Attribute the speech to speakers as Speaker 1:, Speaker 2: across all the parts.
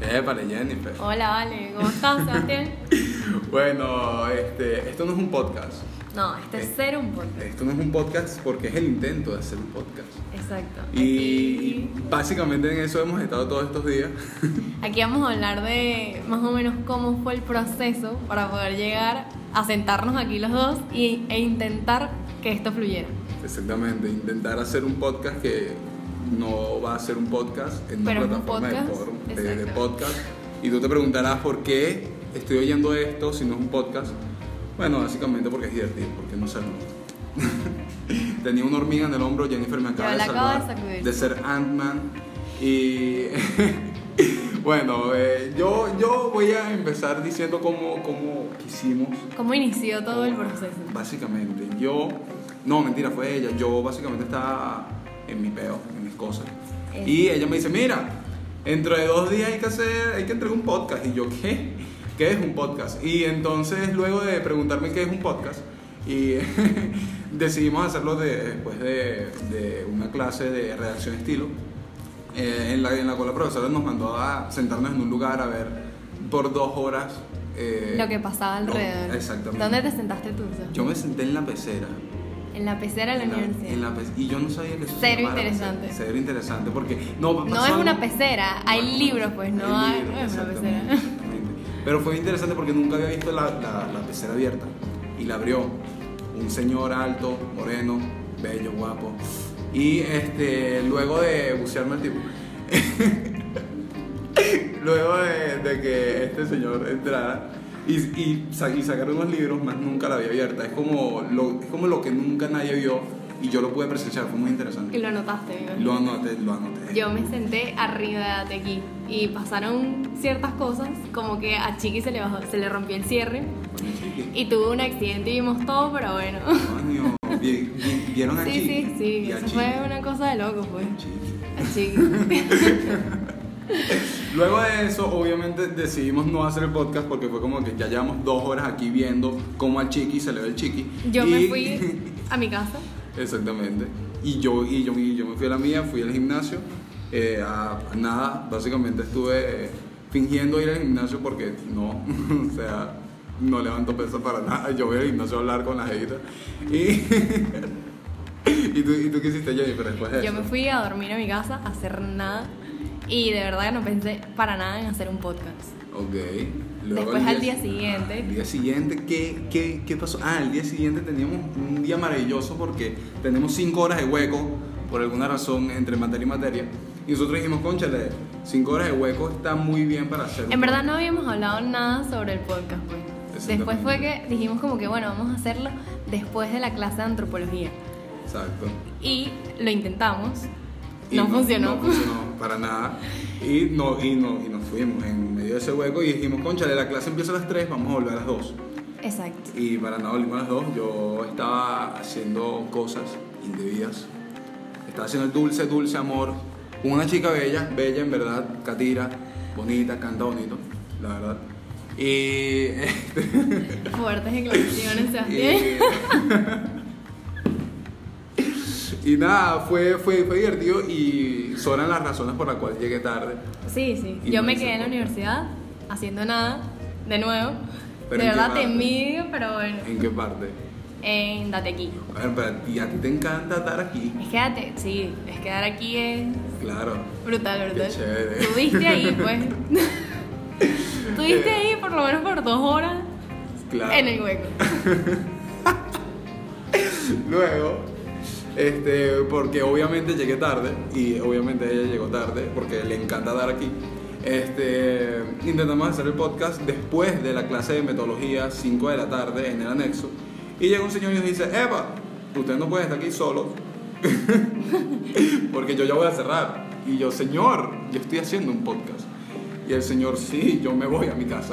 Speaker 1: Épale, Jennifer.
Speaker 2: Hola, vale. ¿Cómo estás, Sebastián?
Speaker 1: Bueno, este, esto no es un podcast.
Speaker 2: No, este es
Speaker 1: Eh.
Speaker 2: cero un podcast.
Speaker 1: Esto no es un podcast porque es el intento de hacer un podcast.
Speaker 2: Exacto. Este,
Speaker 1: Y, y básicamente en eso hemos estado todos estos días.
Speaker 2: Aquí- Aquí vamos a hablar de más o menos cómo fue el proceso para poder llegar a sentarnos aquí los dos y, e intentar que esto fluyera.
Speaker 1: Exactamente, intentar hacer un podcast que no va a ser un podcast en
Speaker 2: Pero es
Speaker 1: una
Speaker 2: un
Speaker 1: plataforma de
Speaker 2: podcast,
Speaker 1: por- de, de
Speaker 2: exacto.
Speaker 1: podcast. Y tú te preguntarás por qué estoy oyendo esto si no es un podcast. Bueno, básicamente porque es divertido, porque no saludo. Tenía una hormiga en el hombro, Jennifer me acaba de
Speaker 2: Yo la acabo de
Speaker 1: salvar
Speaker 2: sacudir.
Speaker 1: de ser Ant-Man. Y bueno, eh, yo, yo voy a empezar diciendo cómo, cómo quisimos
Speaker 2: ¿Cómo inició todo el proceso?
Speaker 1: Básicamente, yo. No, mentira, fue ella. Yo básicamente estaba en mi peo, en mis cosas.
Speaker 2: Eh.
Speaker 1: Y ella me dice: Mira, dentro de dos días hay que hacer, hay que entregar un podcast. Y yo, ¿qué? ¿Qué es un podcast? Y entonces, luego de preguntarme qué es un podcast, y decidimos hacerlo de- después de, de una clase de redacción estilo, eh, en, la, en la cual la profesora nos mandó a sentarnos en un lugar a ver por dos horas. eh,
Speaker 2: Lo que pasaba
Speaker 1: lo-
Speaker 2: alrededor.
Speaker 1: exactamente.
Speaker 2: ¿Dónde te sentaste tú? Seba?
Speaker 1: Yo me senté en la pecera.
Speaker 2: En la pecera de la
Speaker 1: En la-
Speaker 2: universidad.
Speaker 1: en la pece- y yo no sabía que eso se
Speaker 2: Cero
Speaker 1: llamaba la
Speaker 2: interesante.
Speaker 1: pecera. Cero interesante, porque no
Speaker 2: No
Speaker 1: pasaban-
Speaker 2: es una pecera, hay
Speaker 1: Bueno,
Speaker 2: libros, pues, no hay-
Speaker 1: libros,
Speaker 2: no es una
Speaker 1: exactamente,
Speaker 2: pecera.
Speaker 1: exactamente. Pero fue interesante porque nunca había visto la, la- la pecera abierta. Y la abrió un señor alto, moreno, bello, guapo. Y este, luego de bucearme al tipo. Luego de, de que este señor entrara y, y, sa- y sacar unos libros, más nunca la había abierta. Es como, lo, es como lo que nunca nadie vio y yo lo pude presenciar, fue muy
Speaker 2: Y
Speaker 1: interesante.
Speaker 2: lo notaste, me imagino.
Speaker 1: Lo anoté, lo anoté.
Speaker 2: Yo me senté arriba de aquí y pasaron ciertas cosas, como que a Chiqui se le, bajó- se le rompió el cierre
Speaker 1: Coño, chiqui.
Speaker 2: y tuvo un accidente y vimos todo, pero bueno.
Speaker 1: Coño, vi- vi- ¿Vieron a
Speaker 2: Sí,
Speaker 1: Chiqui?
Speaker 2: sí,
Speaker 1: Y
Speaker 2: sí,
Speaker 1: a
Speaker 2: eso
Speaker 1: Chiqui.
Speaker 2: fue una cosa de loco, pues.
Speaker 1: Chiqui.
Speaker 2: A Chiqui.
Speaker 1: Luego de eso, obviamente decidimos no hacer el podcast porque fue como que ya llevamos dos horas aquí viendo cómo al chiqui se le ve el chiqui.
Speaker 2: Yo
Speaker 1: Y-
Speaker 2: me fui a mi casa.
Speaker 1: Exactamente. Y yo, y yo, y yo me fui a la mía, fui al gimnasio. eh, a, a nada, básicamente estuve eh, fingiendo ir al gimnasio porque no, o sea, no levanto peso para nada. Yo voy al gimnasio a hablar con la gente. Y, ¿Y, tú, ¿Y tú qué hiciste, Jennifer, después de
Speaker 2: Yo
Speaker 1: eso?
Speaker 2: me fui a dormir a mi casa, a hacer nada y de verdad que no pensé para nada en hacer un podcast.
Speaker 1: Ok.
Speaker 2: Después al día siguiente.
Speaker 1: El día siguiente, ¿qué, qué, qué pasó? Ah, el día siguiente teníamos un día maravilloso porque tenemos cinco horas de hueco, por alguna razón, entre materia y materia. Y nosotros dijimos, conchale, cinco horas de hueco está muy bien para hacer.
Speaker 2: En verdad no habíamos hablado nada sobre el podcast, pues.
Speaker 1: Exactamente.
Speaker 2: Después fue que dijimos como que bueno, vamos a hacerlo después de la clase de antropología.
Speaker 1: Exacto.
Speaker 2: Y lo intentamos.
Speaker 1: Y
Speaker 2: no, funcionó.
Speaker 1: No funcionó para nada. Y, no, y, no, y nos fuimos en medio de ese hueco y dijimos, conchale, la clase empieza a las 3, vamos a volver a las 2.
Speaker 2: Exacto.
Speaker 1: Y para nada volvimos a las dos. Yo estaba haciendo cosas indebidas. Estaba haciendo el dulce, dulce amor. con Una chica bella, bella en verdad, catira, bonita, canta bonito, la verdad. Y.
Speaker 2: Fuertes declaraciones, Sebastián.
Speaker 1: y, y nada, fue, fue, fue divertido y sobran las razones por las cuales llegué tarde.
Speaker 2: Sí, sí.
Speaker 1: Y
Speaker 2: Yo
Speaker 1: no
Speaker 2: me
Speaker 1: hice
Speaker 2: quedé en la
Speaker 1: podcast.
Speaker 2: universidad haciendo nada, de nuevo.
Speaker 1: Pero
Speaker 2: de
Speaker 1: ¿en qué
Speaker 2: verdad te
Speaker 1: parte?
Speaker 2: envidio, pero bueno.
Speaker 1: ¿En qué parte?
Speaker 2: En date aquí.
Speaker 1: A ver, pero a ti- a ti te encanta estar aquí.
Speaker 2: Es quédate, sí, es quedar aquí es
Speaker 1: Claro.
Speaker 2: brutal,
Speaker 1: Qué
Speaker 2: brutal.
Speaker 1: chévere.
Speaker 2: Tuviste ahí, pues. Tuviste ahí por lo menos por dos horas
Speaker 1: Claro.
Speaker 2: en el hueco.
Speaker 1: Luego, este, porque obviamente llegué tarde y obviamente ella llegó tarde porque le encanta dar aquí. Este, intentamos hacer el podcast después de la clase de metodología, 5 de la tarde, en el anexo. Y llega un señor y nos dice, Epa, usted no puede estar aquí solo porque yo ya voy a cerrar. Y yo, señor, yo estoy haciendo un podcast. Y el señor, sí, yo me voy a mi casa.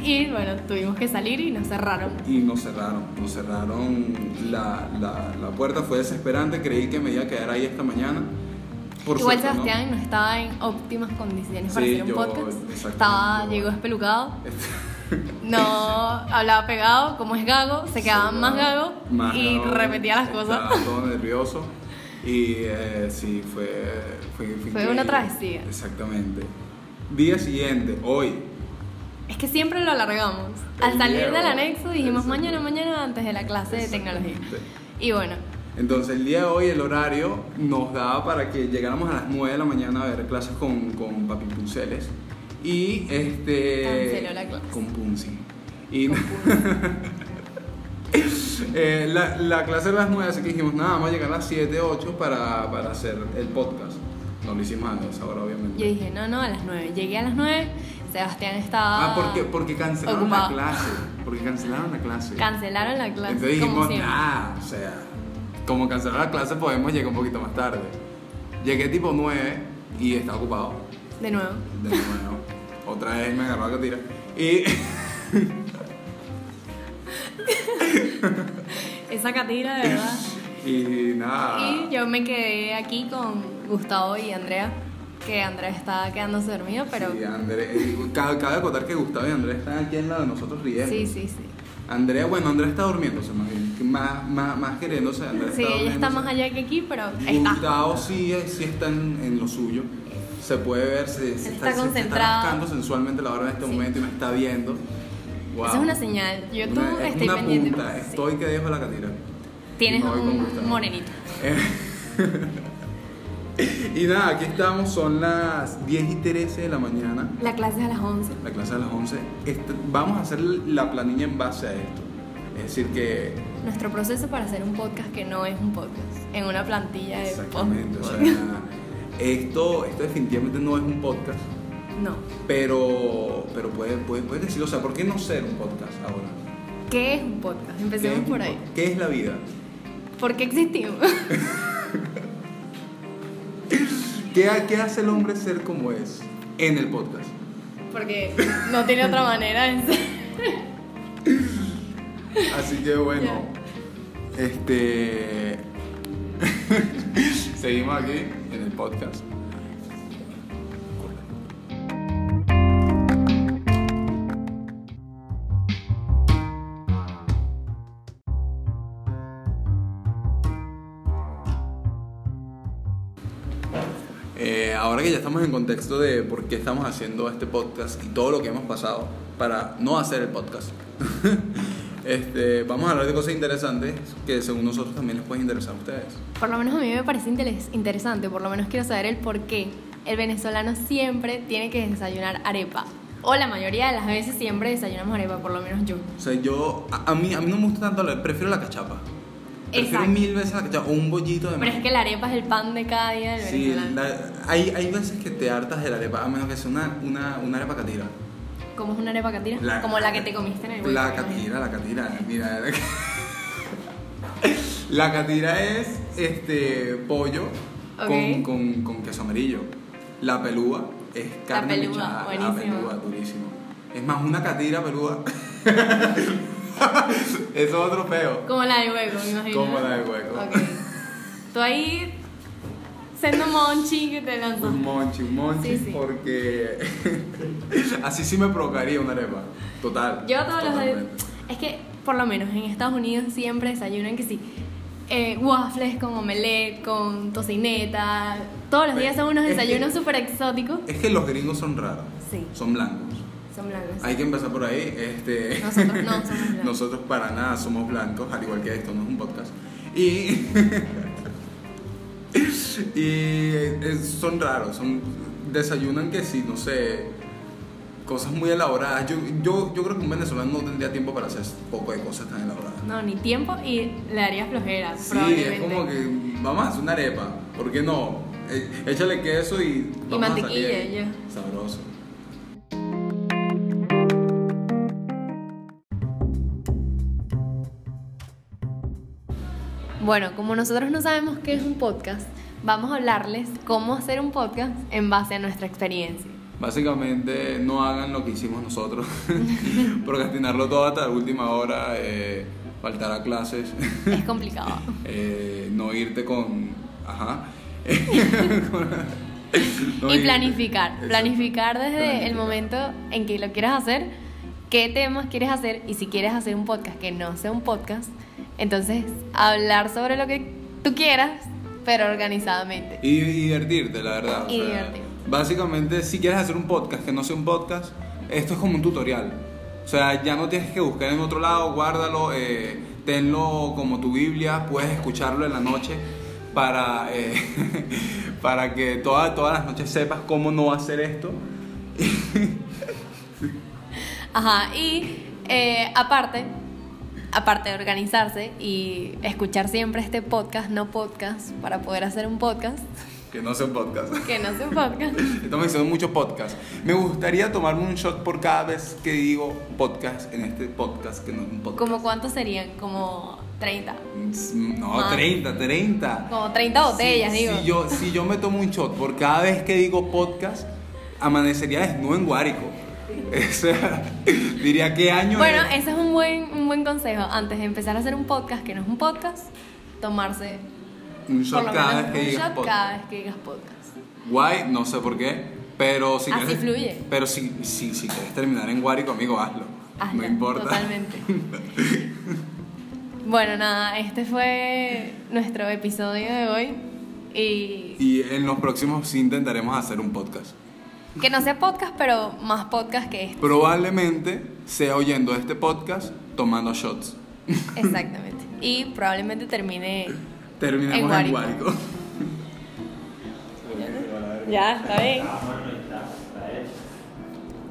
Speaker 2: Y bueno, tuvimos que salir y nos cerraron.
Speaker 1: y nos cerraron, nos cerraron la, la- la puerta, fue desesperante, creí que me iba a quedar ahí esta mañana. Por
Speaker 2: Igual
Speaker 1: suerte, ¿no?
Speaker 2: Sebastián ¿no? estaba en óptimas condiciones para
Speaker 1: Sí,
Speaker 2: hacer un
Speaker 1: yo-
Speaker 2: podcast.
Speaker 1: exactamente,
Speaker 2: Estaba,
Speaker 1: yo-
Speaker 2: llegó espelucado. No hablaba pegado, como es gago, se quedaba más gago
Speaker 1: Más
Speaker 2: y
Speaker 1: gago,
Speaker 2: repetía las cosas.
Speaker 1: Estaba todo nervioso. Y eh, sí, fue... Fue,
Speaker 2: Fue
Speaker 1: increíble.
Speaker 2: una travesía.
Speaker 1: Exactamente. Día siguiente, hoy.
Speaker 2: Es que siempre lo alargamos.
Speaker 1: Te
Speaker 2: Al salir
Speaker 1: llevo.
Speaker 2: del anexo dijimos
Speaker 1: Exacto.
Speaker 2: mañana, mañana antes de la clase de tecnología.
Speaker 1: Exactamente.
Speaker 2: Y bueno,
Speaker 1: Entonces el día de hoy el horario nos daba para que llegáramos a las 9 de la mañana a ver clases con, con Papi Punceles. Y este...
Speaker 2: Canceló la clase.
Speaker 1: Con Punzi. Y eh, la, la clase era a las 9, así que dijimos, nada, vamos a llegar a las 7, 8 para, para hacer el podcast. No lo hicimos a esa hora, obviamente.
Speaker 2: yo dije, no, no, a las 9. Llegué a las 9, Sebastián estaba...
Speaker 1: Ah, porque, porque cancelaron
Speaker 2: ocupado.
Speaker 1: la clase. Porque cancelaron la clase.
Speaker 2: Cancelaron la clase.
Speaker 1: Entonces
Speaker 2: como
Speaker 1: dijimos,
Speaker 2: siempre.
Speaker 1: nada, o sea, como cancelaron la clase podemos llegar un poquito más tarde. Llegué tipo 9 y estaba ocupado.
Speaker 2: De nuevo.
Speaker 1: De nuevo, otra vez me agarró la tira. Y
Speaker 2: Esa catira, de verdad.
Speaker 1: Y nada.
Speaker 2: Y yo me quedé aquí con Gustavo y Andrea, que Andrea estaba quedándose dormido, pero
Speaker 1: Sí, Andrés. eh, ca- Cabe acotar que Gustavo y Andrés están aquí al lado de nosotros riendo.
Speaker 2: sí, sí, sí.
Speaker 1: Andrea, bueno, Andrea está durmiéndose más bien. que Más, más, más queriéndose. Andrea
Speaker 2: Sí,
Speaker 1: está
Speaker 2: ella está
Speaker 1: durmiéndose.
Speaker 2: más allá que aquí, pero está.
Speaker 1: Gustavo sí, sí está en, en lo suyo. Se puede ver, se, se está,
Speaker 2: Él está
Speaker 1: se- se
Speaker 2: concentrado.
Speaker 1: rascando sensualmente la hora en este
Speaker 2: Sí.
Speaker 1: momento y me está viendo. Wow.
Speaker 2: Esa es una señal. Yo tú
Speaker 1: Una- es
Speaker 2: estoy
Speaker 1: una
Speaker 2: pendiente. pues.
Speaker 1: punta.
Speaker 2: Sí.
Speaker 1: Estoy que dejo la catira.
Speaker 2: Tienes
Speaker 1: No voy con Gustavo.
Speaker 2: un morenito.
Speaker 1: y nada, aquí estamos, son las 10 y 13 de la mañana,
Speaker 2: La clase es a las 11.
Speaker 1: la clase a las 11. Este- vamos a hacer la planilla en base a esto. Es decir, que
Speaker 2: Nuestro proceso para hacer un podcast que no es un podcast, en una plantilla de
Speaker 1: Exactamente, o
Speaker 2: podcast.
Speaker 1: sea, esto, esto definitivamente no es un podcast,
Speaker 2: No.
Speaker 1: pero, pero puedes puede, puede decirlo, o sea, ¿por qué no ser un podcast ahora?
Speaker 2: ¿Qué es un podcast?
Speaker 1: ¿Qué
Speaker 2: Empecemos
Speaker 1: es un
Speaker 2: por ahí.
Speaker 1: pod- ¿Qué es la vida?
Speaker 2: ¿Por qué existimos?
Speaker 1: ¿Qué, ha- ¿Qué hace el hombre ser como es en el podcast?
Speaker 2: Porque no tiene otra manera de ser.
Speaker 1: Así que bueno, este. Seguimos aquí en el podcast. Eh, ahora que ya estamos en contexto de por qué estamos haciendo este podcast y todo lo que hemos pasado para no hacer el podcast, este, vamos a hablar de cosas interesantes que según nosotros también les pueden interesar a ustedes.
Speaker 2: Por lo menos a mí me parece interes- interesante, por lo menos quiero saber el por qué el venezolano siempre tiene que desayunar arepa. O la mayoría de las veces siempre desayunamos arepa, por lo menos yo.
Speaker 1: O sea, yo, a, a mí, a mí no me gusta tanto la, prefiero la cachapa. Prefiero
Speaker 2: Exacto.
Speaker 1: mil veces la cachapa o un bollito de
Speaker 2: Pero es que la arepa es el pan de cada día del
Speaker 1: Sí,
Speaker 2: venezolano.
Speaker 1: la- hay, hay veces que te hartas de la arepa, a menos que sea una, una, una arepa catira.
Speaker 2: ¿Cómo es una arepa catira? Como la que te comiste en el hueco.
Speaker 1: La
Speaker 2: me imagino.
Speaker 1: catira, la catira, mira. La, la catira es este pollo
Speaker 2: Ok.
Speaker 1: con, con, con queso amarillo. La pelúa es carne
Speaker 2: pelúa,
Speaker 1: mechada, la
Speaker 2: buenísimo.
Speaker 1: pelúa, durísimo. Es más, una catira pelúa. Eso es otro peo.
Speaker 2: Como la de hueco, me imagino.
Speaker 1: Como la de hueco.
Speaker 2: Ok. Tú ahí, siendo monchi que te lanzó.
Speaker 1: Un monchi, un monchi,
Speaker 2: Sí, sí.
Speaker 1: porque así sí me provocaría una arepa. Total.
Speaker 2: Yo todos los días.
Speaker 1: totalmente.
Speaker 2: Es que, por lo menos en Estados Unidos, siempre desayunan que sí. eh, waffles con omelette, con tocineta. Todos los días son unos
Speaker 1: Es que-
Speaker 2: desayunos súper exóticos.
Speaker 1: Es que los gringos son raros.
Speaker 2: Sí.
Speaker 1: Son blancos.
Speaker 2: Son blancos.
Speaker 1: Hay que empezar por ahí. Este,
Speaker 2: Nosotros no somos blancos.
Speaker 1: Nosotros para nada somos blancos, al igual que esto no es un podcast. Y, y es- son raros, son, desayunan que sí, no sé, cosas muy elaboradas. Yo, yo, yo creo que un venezolano no tendría tiempo para hacer poco de cosas tan elaboradas.
Speaker 2: No, ni tiempo y le darías flojera,
Speaker 1: Sí,
Speaker 2: probablemente.
Speaker 1: es como que vamos a hacer una arepa, ¿por qué no? Eh, Échale queso y...
Speaker 2: Y
Speaker 1: vamos a salir.
Speaker 2: mantequilla, ya.
Speaker 1: Sabroso.
Speaker 2: Bueno, como nosotros no sabemos qué es un podcast, vamos a hablarles cómo hacer un podcast en base a nuestra experiencia.
Speaker 1: Básicamente no hagan lo que hicimos nosotros, procrastinarlo todo hasta la última hora, eh, faltar a clases,
Speaker 2: Es complicado.
Speaker 1: eh, no irte con... Ajá. No
Speaker 2: y
Speaker 1: irte.
Speaker 2: planificar.
Speaker 1: Exacto.
Speaker 2: Planificar desde el
Speaker 1: Planificar.
Speaker 2: momento en que lo quieras hacer, qué temas quieres hacer y si quieres hacer un podcast que no sea un podcast, entonces hablar sobre lo que tú quieras, pero organizadamente.
Speaker 1: Y, y divertirte, la verdad. o
Speaker 2: Y
Speaker 1: sea,
Speaker 2: divertirte.
Speaker 1: Básicamente, si quieres hacer un podcast que no sea un podcast, esto es como un tutorial. O sea, ya no tienes que buscar en otro lado, guárdalo, eh, tenlo como tu Biblia, puedes escucharlo en la noche para, eh, para que toda- todas las noches sepas cómo no hacer esto.
Speaker 2: Ajá, y eh, aparte, aparte de organizarse y escuchar siempre este podcast, no podcast, para poder hacer un podcast,
Speaker 1: Que no sea un podcast.
Speaker 2: que no sea un podcast.
Speaker 1: Estamos diciendo muchos podcasts. Me gustaría tomarme un shot por cada vez que digo podcast en este podcast, que no es un podcast.
Speaker 2: ¿Como cuántos serían? Como 30.
Speaker 1: No,
Speaker 2: Más.
Speaker 1: 30, 30.
Speaker 2: Como 30 botellas,
Speaker 1: si,
Speaker 2: digo.
Speaker 1: Si yo, si yo me tomo un shot por cada vez que digo podcast, amanecería desnudo en Guárico. O sea, diría qué año
Speaker 2: Bueno,
Speaker 1: es.
Speaker 2: ese es un buen, un buen consejo. Antes de empezar a hacer un podcast, que no es un podcast, tomarse
Speaker 1: Un
Speaker 2: eh, por
Speaker 1: shot
Speaker 2: lo
Speaker 1: cada vez
Speaker 2: menos
Speaker 1: que
Speaker 2: un
Speaker 1: digas
Speaker 2: shot
Speaker 1: podcast.
Speaker 2: cada vez que digas podcast.
Speaker 1: Guay, no sé por qué, pero si
Speaker 2: Así
Speaker 1: quieres.
Speaker 2: fluye.
Speaker 1: Pero si, si, si quieres terminar en Guárico, amigo, hazlo.
Speaker 2: Hazlo,
Speaker 1: no importa.
Speaker 2: Totalmente. bueno, nada, este fue nuestro episodio de hoy. Y
Speaker 1: Y en los próximos sí intentaremos hacer un podcast.
Speaker 2: que no sea podcast, pero más podcast que este.
Speaker 1: Probablemente sea oyendo este podcast tomando shots.
Speaker 2: Exactamente. Y probablemente termine. En
Speaker 1: Terminamos en
Speaker 2: Guárico.
Speaker 1: Guárico.
Speaker 2: Ya, está bien.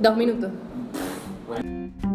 Speaker 2: Dos minutos.